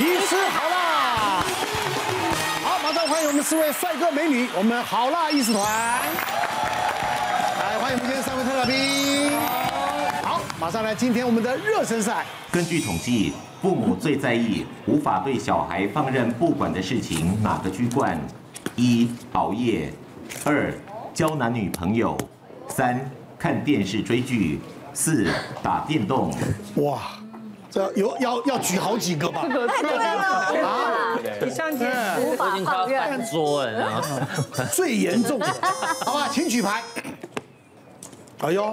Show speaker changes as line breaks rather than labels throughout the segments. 一吃好辣。好，马上欢迎我们四位帅哥美女，我们好辣艺术团。来，欢迎我们今天三位特来宾。好，马上来今天我们的热身赛。
根据统计，父母最在意、无法对小孩放任不管的事情哪个居冠？一、熬夜；二、交男女朋友；三、看电视追剧；四、打电动。
哇，这有要要举好几 个吧？
啊
以上皆
嗯
无
是。
法
已经快要
放任。
翻桌了，然后
最严重的，好吧，请举牌。哎呦，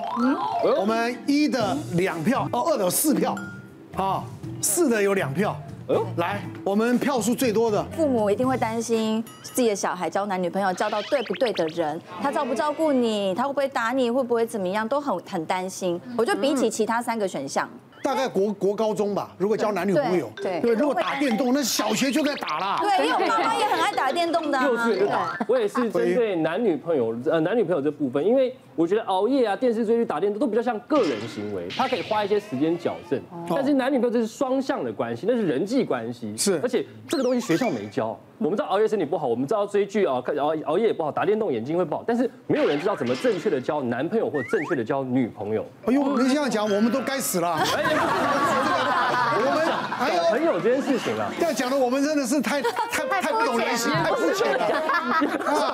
我们一的两票，哦，二的有四票，啊，四的有两票。来，我们票数最多的，
父母一定会担心自己的小孩交男女朋友交到对不对的人，他照不照顾你，他会不会打你，会不会怎么样，都很很担心。我觉得比起其他三个选项，
大概国国高中吧。如果交男女朋友，
对
对，
对
如果打电动，那小学就该打啦。
对，因为我妈妈也很爱打电动的、啊，
幼稚园就打，我也是针对男女朋友呃男女朋友这部分，因为我觉得熬夜啊、电视追剧、打电动都比较像个人行为，他可以花一些时间矫正。但是男女朋友这是双向的关系，那是人际关系。
是
而且这个东西学校没教。我们知道熬夜身体不好，我们知道追剧啊、看熬熬夜也不好，打电动眼睛会不好，但是没有人知道怎么正确的交男朋友或正确的交女朋友。
哎呦，您这样讲，我们都该死了。
哎呀，
我们，哎
小
呦，
朋友这件事情啊，
这样讲的我们真的是太太太不懂人心，太肤浅了。啊，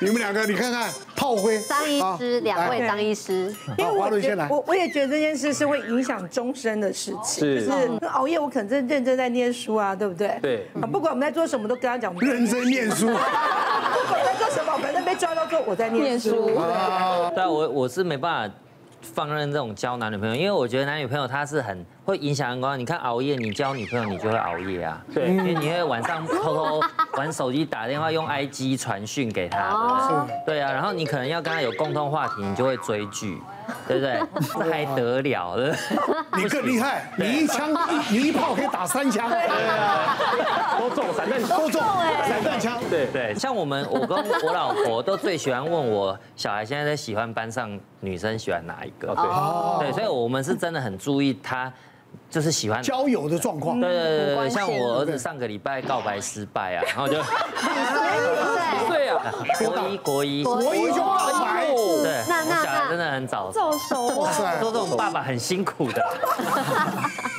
你们两个，你看看，炮灰，
张医师，两位
来
张医师，
因为
好华
我
伦
觉
先来
得我我也觉得这件事是会影响终身的事情，
是
嗯
就是熬夜，我可能真的认真在念书啊，对不对？
对
啊，不管我们在做什么，都跟他讲，不管
认真念 书。
我们在做什么，反正被抓到之后，我在念书。
但啊我我是没办法放任这种交男女朋友，因为我觉得男女朋友他是很会影响人观。你看熬夜，你交女朋友你就会熬夜啊，
对
因为你会晚上偷 偷玩手机、打电话、用 IG 传讯给他，对啊，然后你可能要跟他有共同话题，你就会追剧， 对啊不对？这还得了？对不对
你更厉害，你一枪你一炮可以打三枪，
都中散弹
都中散弹枪。
对
对，像我们，我跟我老婆都最喜欢问我小孩现在在喜欢班上女生喜欢哪一个。对，所以我们是真的很注意他，就是喜欢。
交友的状况
对。对对对对，
关心
像我儿子上个礼拜告白失败啊，然后就
对，
对啊，
国一国一，
国一就告白，
对，
那那
我小孩真的很早熟，
哇塞！
说这种爸爸很辛苦的。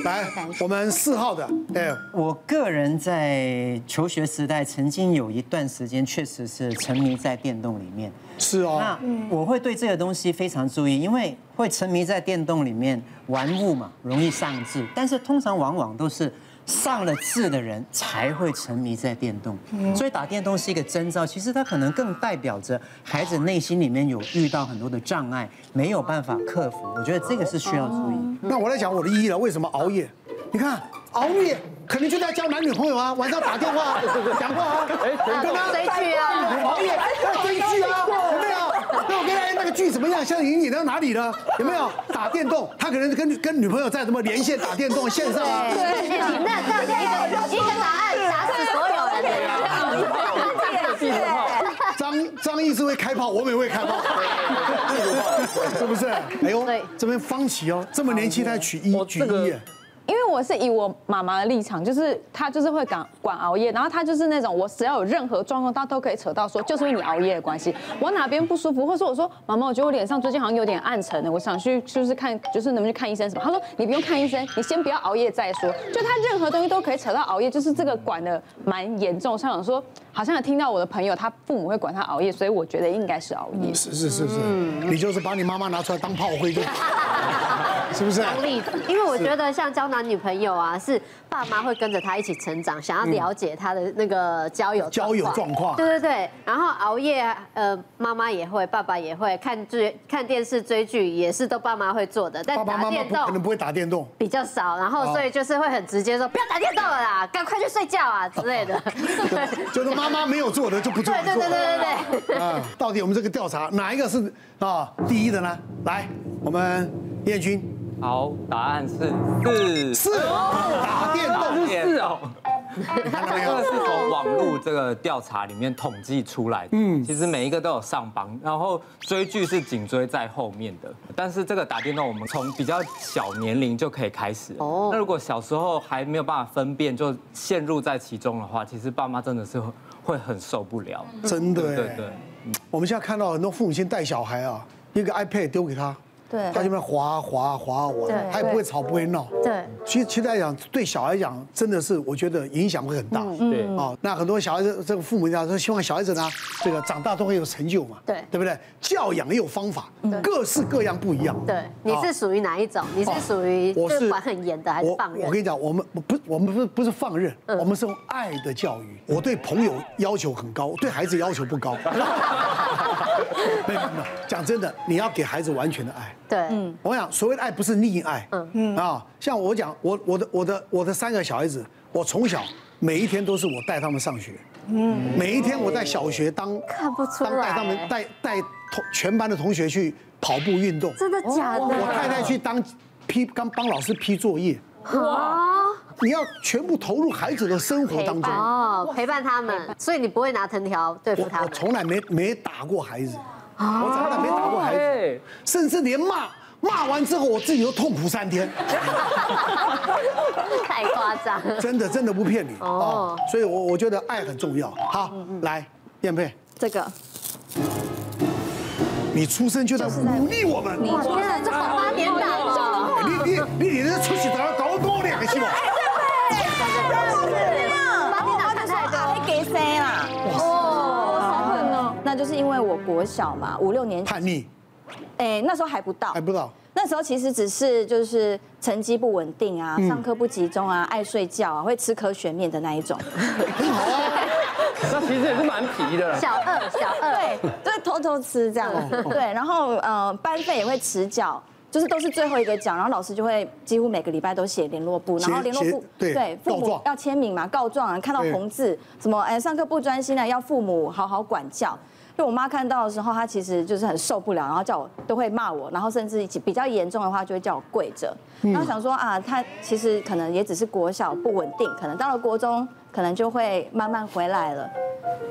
来，我们四号的，哎，
我个人在求学时代曾经有一段时间确实是沉迷在电动里面。
是哦
那，我会对这个东西非常注意，因为会沉迷在电动里面玩物嘛，容易上智。但是通常往往都是上了智的人才会沉迷在电动，所以打电动是一个征兆。其实它可能更代表着孩子内心里面有遇到很多的障碍，没有办法克服。我觉得这个是需要注意。
那我来讲我的意义了。为什么熬夜？你看熬夜，肯定就在交男女朋友啊，晚上打电话、啊，讲话啊，跟他
追剧啊，
熬夜在哎追剧啊，有没有？那我跟他那个剧怎么样？像影你到哪里了？有没有打电动？他可能跟跟女朋友在什么连线打电动线上啊？
那这样子一个一个答案打死所有人的，这也是。
张张毅是会开炮，我们也会开炮， 是不是？哎呦
对，
这边方琦哦，这么年轻他举一举一耶，
因为我是以我妈妈的立场，就是她就是会管管熬夜，然后她就是那种我只要有任何状况，她都可以扯到说就是因为你熬夜的关系，我哪边不舒服，或者说我说妈妈，我觉得我脸上最近好像有点暗沉了，我想去就是看就是能不能去看医生什么。她说你不用看医生，你先不要熬夜再说。就她任何东西都可以扯到熬夜，就是这个管的蛮严重。像想说，好像有听到我的朋友他父母会管他熬夜，所以我觉得应该是熬夜。
是是是是，
嗯
你就是把你妈妈拿出来当炮灰就， 是不是？
当例子，因为我觉得像交男女朋友啊，是爸妈会跟着他一起成长，想要了解他的那个交友
交友状况
对对对，然后熬夜，呃，妈妈也会，爸爸也会看追看电视追剧，也是都爸妈会做的，但
爸爸
打
妈妈
电
不可能
动。
不会打电 动，
比较少，然后所以就是会很直接说不要打电动了啦，赶快去睡觉啊之类的。对
就是妈妈没有做的就不做。
对对对对对对，
啊，到底我们这个调查哪一个是啊第一的呢？来，我们燕君
好，答案是四。
是打电动，
是哦，这 个是从网络这个调查里面统计出来的，嗯，其实每一个都有上榜，然后追剧是紧追在后面的，但是这个打电动我们从比较小年龄就可以开始，哦，那如果小时候还没有办法分辨，就陷入在其中的话，其实爸妈真的是会很受不了，
真的
对对
耶
对。
我们现在看到很多父母亲带小孩啊，一个 iPad 丢给他，
对
他就在那边滑啊滑啊滑啊玩
对，
他也不会吵，不会闹。
对，
其实，其实来讲，对小孩讲，真的是我觉得影响会很大。
嗯
对
哦，那很多小孩子，这个父母讲说，希望小孩子呢，这个长大都会有成就嘛，
对嗯
对不对？教养也有方法，各式各样不一样。哦
对，你是属于哪一种？你是属于
我
就是管很严的，还是
我
放任？嗯
我跟你讲，我们不，我们不是不是放任，我们是用爱的教育。我对朋友要求很高，我对孩子要求不高。 没有没有，讲真的，你要给孩子完全的爱。
对，
我想所谓的爱不是溺爱，嗯嗯啊，像我讲，我我的我的我的三个小孩子，我从小每一天都是我带他们上学，嗯，每一天我在小学当
看不出
当带他们
来，
带带同全班的同学去跑步运动，
真的假的？
我太太去当批刚帮老师批作业，
哦
你要全部投入孩子的生活当中。
哦，陪伴他们，所以你不会拿藤条对付
我
他
我
们。
从来没没打过孩子，我从来没打过孩子，
对，
甚至连骂骂完之后，我自己都痛苦三天。
太夸张了。
真的真的不骗你
哦
哦，所以我我觉得爱很重要。好，来，燕佩，
这个
你出生就在鼓励我们，
你
天啊，这好 八点档哦！
你你你你这出去怎么搞多两个是吧？
哦
八点档看太多。
给谁啦？哦，好狠哦！那就是因为我国小嘛，五六年级，
叛逆
哎，那时候还不到
还，不到，
那时候其实只是就是成绩不稳定啊，上课不集中啊，爱睡觉啊，会吃科学面的那一种。
那其实也是蛮皮的啦。
小二，小二，
对，就是偷偷吃这样。
嗯
对，然后呃，班费也会迟缴。就是都是最后一个奖，然后老师就会几乎每个礼拜都写联络簿，然后
写
联络簿
写对
父
告
母
状
要签名嘛，告状啊，看到
对
红字什么哎上课不专心啊，要父母好好管教。就我妈看到的时候，她其实就是很受不了，然后叫我都会骂我，然后甚至比较严重的话就会叫我跪着，
嗯
然后想说啊，她其实可能也只是国小不稳定，可能到了国中可能就会慢慢回来了。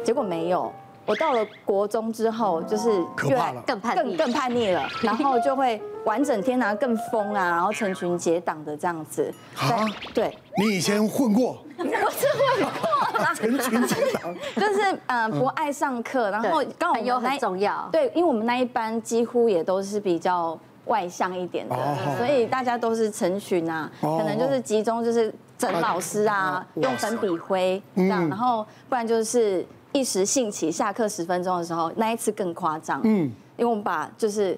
结果没有。我到了国中之后，就是
可
越
怕
来
了
更叛逆
更更叛逆了，然后就会玩整天啊，更疯啊，然后成群结党的这样子。
啊
对， 对
你以前混过，成群结党，
就是呃
嗯
不爱上课，然后
对
刚好我
朋友
们那
很重要
对，因为我们那一班几乎也都是比较外向一点的
哦，
所以大家都是成群啊，
哦
可能就是集中就是整老师啊，
哦
用粉笔灰这样，
嗯
然后不然就是一时兴起，下课十分钟的时候，那一次更夸张，嗯，因为我们把就是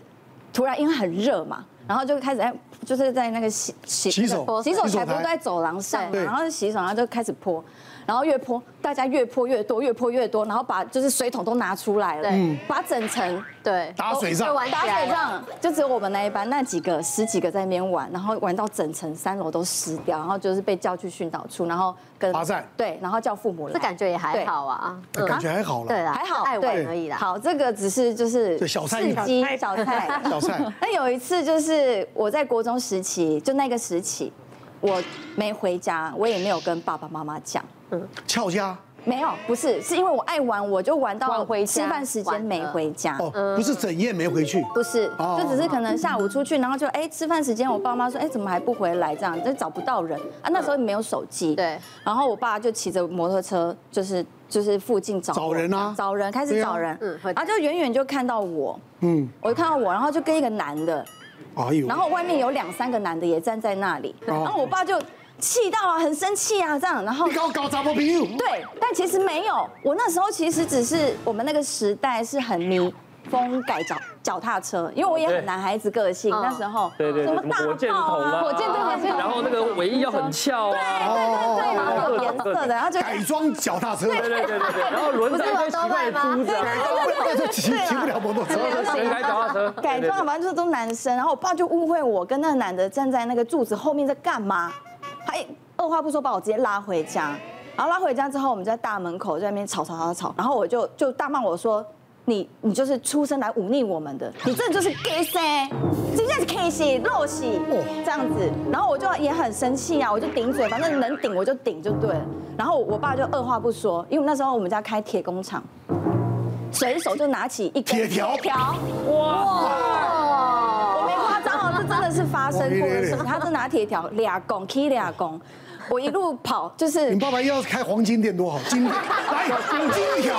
突然因为很热嘛。然后就开始在，就是在那个洗洗
洗手
那个洗手
洗手
台不
台
是都在走廊上嘛，
对
然后洗手，然后就开始泼，然后越泼，大家越泼越多，越泼越多，然后把就是水桶都拿出来了，
对
把整层
对，
嗯打水
就
仗，
玩起
打
来
水
了。
仗，就只有我们那一班那几个十几个在那边玩，然后玩到整层三楼都湿掉，然后就是被叫去训导处，然后跟
罚站
对，然后叫父母来，
这感觉也还好啊，嗯
感觉还好
对
了。
啦，
还好，
爱
对
玩而已啦。
好，这个只是就是
就小菜一碟
刺激小菜，
小 菜。
那有一次就是我在国中时期，就那个时期，我没回家，我也没有跟爸爸妈妈讲。
翘家
没有，不是，是因为我爱玩，我就玩到
晚回
吃
家
饭时间没回家。
哦，不是整夜没回去，
不是，
哦
就只是可能下午出去，然后就哎吃饭时间，我爸妈说哎怎么还不回来这样，就找不到人啊。那
嗯
时候也没有手机，
对，
然后我爸就骑着摩托车，就是就是附近找
找
我
人啊
找人开
对
始
啊
找人，
嗯会
然后就远远就看到我，
嗯，
我就看到我，然后就跟一个男的，
哎呦，
嗯然后外面有两三个男的也站在那里，
哦
然后我爸就气到啊，很生气啊这样，然后
你搞搞杂波朋友，
对，但其实没有，我那时候其实只是我们那个时代是很迷。风改脚脚踏车，因为我也很男孩子个性，
对
那时候
对对
什
对，
么
什么
大
火箭
炮
筒啊，
啊，
火箭筒火箭筒
然后那个尾翼要很翘啊，
哦，
对，然后有颜色的，然后就
改装脚踏 车，
啊
对对对对对，然后轮胎会奇怪的珠子啊，
那就骑骑不了摩托车，
啊
谁改脚踏车？
改装的，反正就是都男生。然后我爸就误会我跟那个男的站在那个柱子后面在干嘛，他一二话不说把我直接拉回家。然后拉回家之后，我们在大门口在那边吵吵吵吵，然后我就就大骂我说：“你你就是出生来忤逆我们的，你这就是 gay 噻，真的是 K 系陋习，这样子。然后我就也很生气啊，我就顶嘴，反正能顶我就顶就对了。然后我爸就二话不说，因为那时候我们家开铁工厂，随手就拿起一根铁条，哇，我没夸张哦，这真的是发生过的事情。他就拿铁条俩拱，踢俩拱。我一路跑，就是
你爸爸要是开黄金店多好，金 来金一条，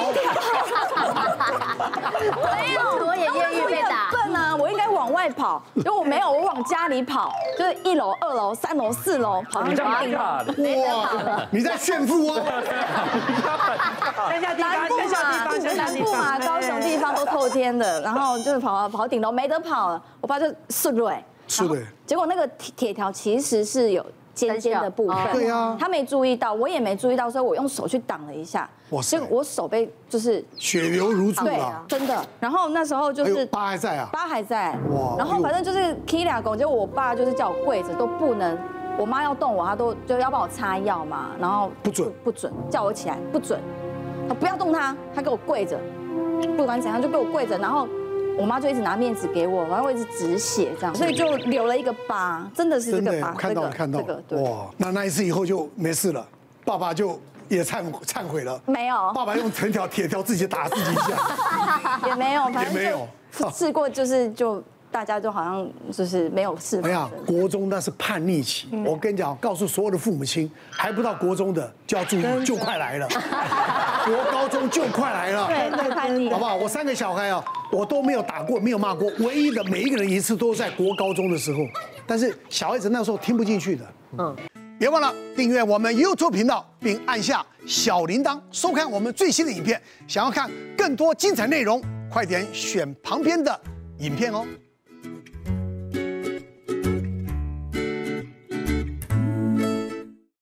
没有，
我也愿意被打
笨啊，我应该往外跑，因为我没有，我往家里跑，就是一楼、二楼、三楼、四楼跑
你这
到
样
家
蛮
里。
尬的，
哇，你在炫富
啊
哦，
乡下地方，
南部
乡下地
嘛
方，，乡下
南
地
部嘛，
方，哎
高雄地方都透天的，然后就是跑啊跑顶楼，没得跑了，我爸就顺蕊，
是的，
结果那个铁铁条其实是有尖尖的部分，
对啊
他没注意到，我也没注意到，所以我用手去挡了一下，
哇塞
结果我手被就是
血流如注
对
啊，，
真的。然后那时候就
哎
是
呦，疤还在啊，
爸还在
哇，哎
然后反正就是 K 俩狗，结果我爸就是叫我跪着都不能，我妈要动我，他都就要帮我擦药嘛，然后
不准
不准叫我起来不准，他不要动他，他给我跪着，不管怎样就给我跪着，然后我妈就一直拿面纸给我，然后我一直止血这样，所以就留了一个疤，真的是这
真
个
的
疤，
我看到
这
了
个
看到
这个
了，
对，
哇，那那一次以后就没事了，爸爸就也忏忏悔了，
没有
爸爸用藤条铁条自己打自己一下，
也没有，反
也没有
正就试过就是就大家就好像就是没有事
哎
发
呀
生，，
国中那是叛逆期，我跟你讲，告诉所有的父母亲，还不到国中的就要注意，就快来了，国高中就快来了，
对，太叛逆
好。不好？我三个小孩啊，我都没有打过，没有骂过，唯一的每一个人一次都是在国高中的时候，但是小孩子那时候听不进去的。嗯，别忘了订阅我们 YouTube 频道，并按下小铃铛，收看我们最新的影片。想要看更多精彩内容，快点选旁边的影片哦。